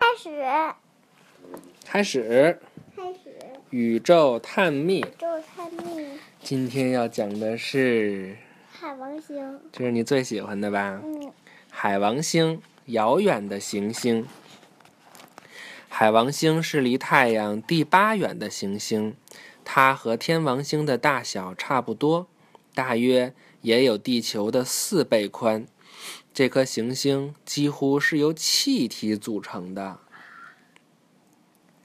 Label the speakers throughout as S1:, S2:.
S1: 始，
S2: 开始
S1: 开始，
S2: 宇宙探秘。
S1: 宙探秘
S2: 今天要讲的是，
S1: 海王星，
S2: 这是你最喜欢的吧？
S1: 嗯，
S2: 海王星，遥远的行星。海王星是离太阳第八远的行星，它和天王星的大小差不多，大约也有地球的四倍宽。这颗行星几乎是由气体组成的，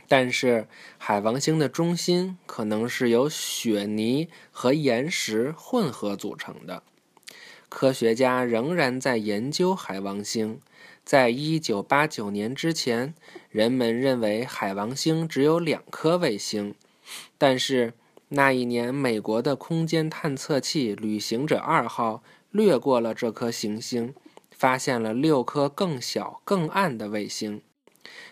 S2: 但是海王星的中心可能是由雪泥和岩石混合组成的。科学家仍然在研究海王星。在1989年之前，人们认为海王星只有两颗卫星，但是那一年，美国的空间探测器“旅行者二号”掠过了这颗行星，发现了六颗更小、更暗的卫星。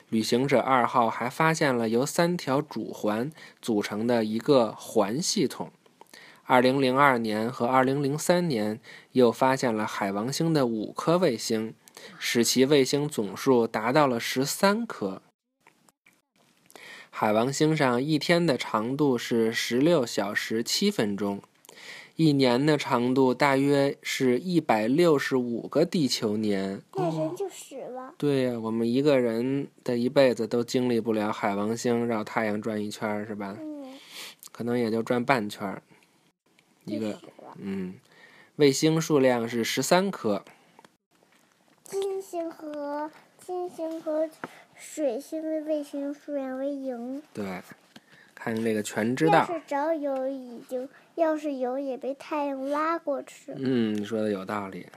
S2: 旅行者二号还发现了由三条主环组成的一个环系统。二零零二年和二零零三年又发现了海王星的五颗卫星，使其卫星总数达到了十三颗。海王星上一天的长度是十六小时七分钟，一年的长度大约是一百六十五个地球年。
S1: 那人就死了。
S2: 对呀，我们一个人的一辈子都经历不了海王星绕太阳转一圈儿，是吧？
S1: 嗯，
S2: 可能也就转半圈儿。一
S1: 就
S2: 个，
S1: 死了。
S2: 嗯，卫星数量是十三颗，
S1: 金星和金星和水星的卫星数量为零。
S2: 对，看这个全知
S1: 要
S2: 道。
S1: 是早有已经，要是有也被太阳拉过去。
S2: 嗯，你说的有道理。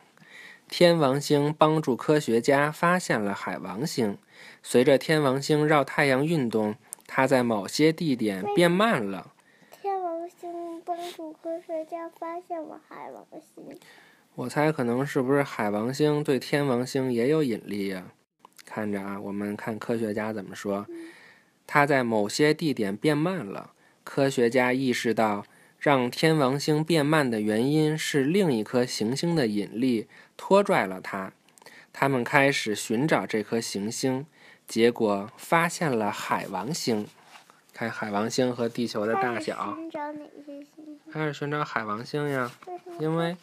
S2: 天王星帮助科学家发现了海王星。随着天王星绕太阳运动，它在某些地点变慢了。
S1: 天王星帮助科学家发现了海王星。
S2: 我猜可能是不是海王星对天王星也有引力呀、看着啊，我们看科学家怎么说。它在某些地点变慢了，科学家意识到让天王星变慢的原因是另一颗行星的引力拖拽了它。他们开始寻找这颗行星，结果发现了海王星。看海王星和地球的大
S1: 他
S2: 小，
S1: 们寻找哪些星？
S2: 开始寻找海王星呀。
S1: 星？
S2: 因为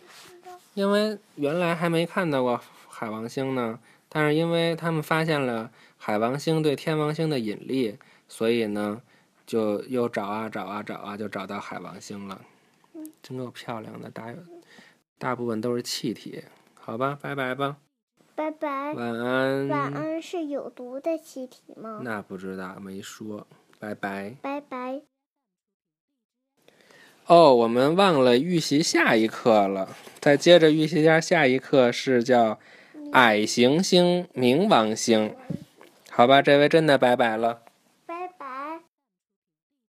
S2: 因为原来还没看到过海王星呢，但是因为他们发现了海王星对天王星的引力，所以呢，就又找啊找啊找啊，就找到海王星了。真够漂亮的，大大部分都是气体。好吧，拜拜吧，
S1: 拜拜。
S2: 晚安。
S1: 晚安是有毒的气体吗？
S2: 那不知道，没说，拜拜。
S1: 拜拜。
S2: 哦，我们忘了预习下一课了。再接着预习一下，下一课是叫矮行星冥王星。好吧，这回真的拜拜了。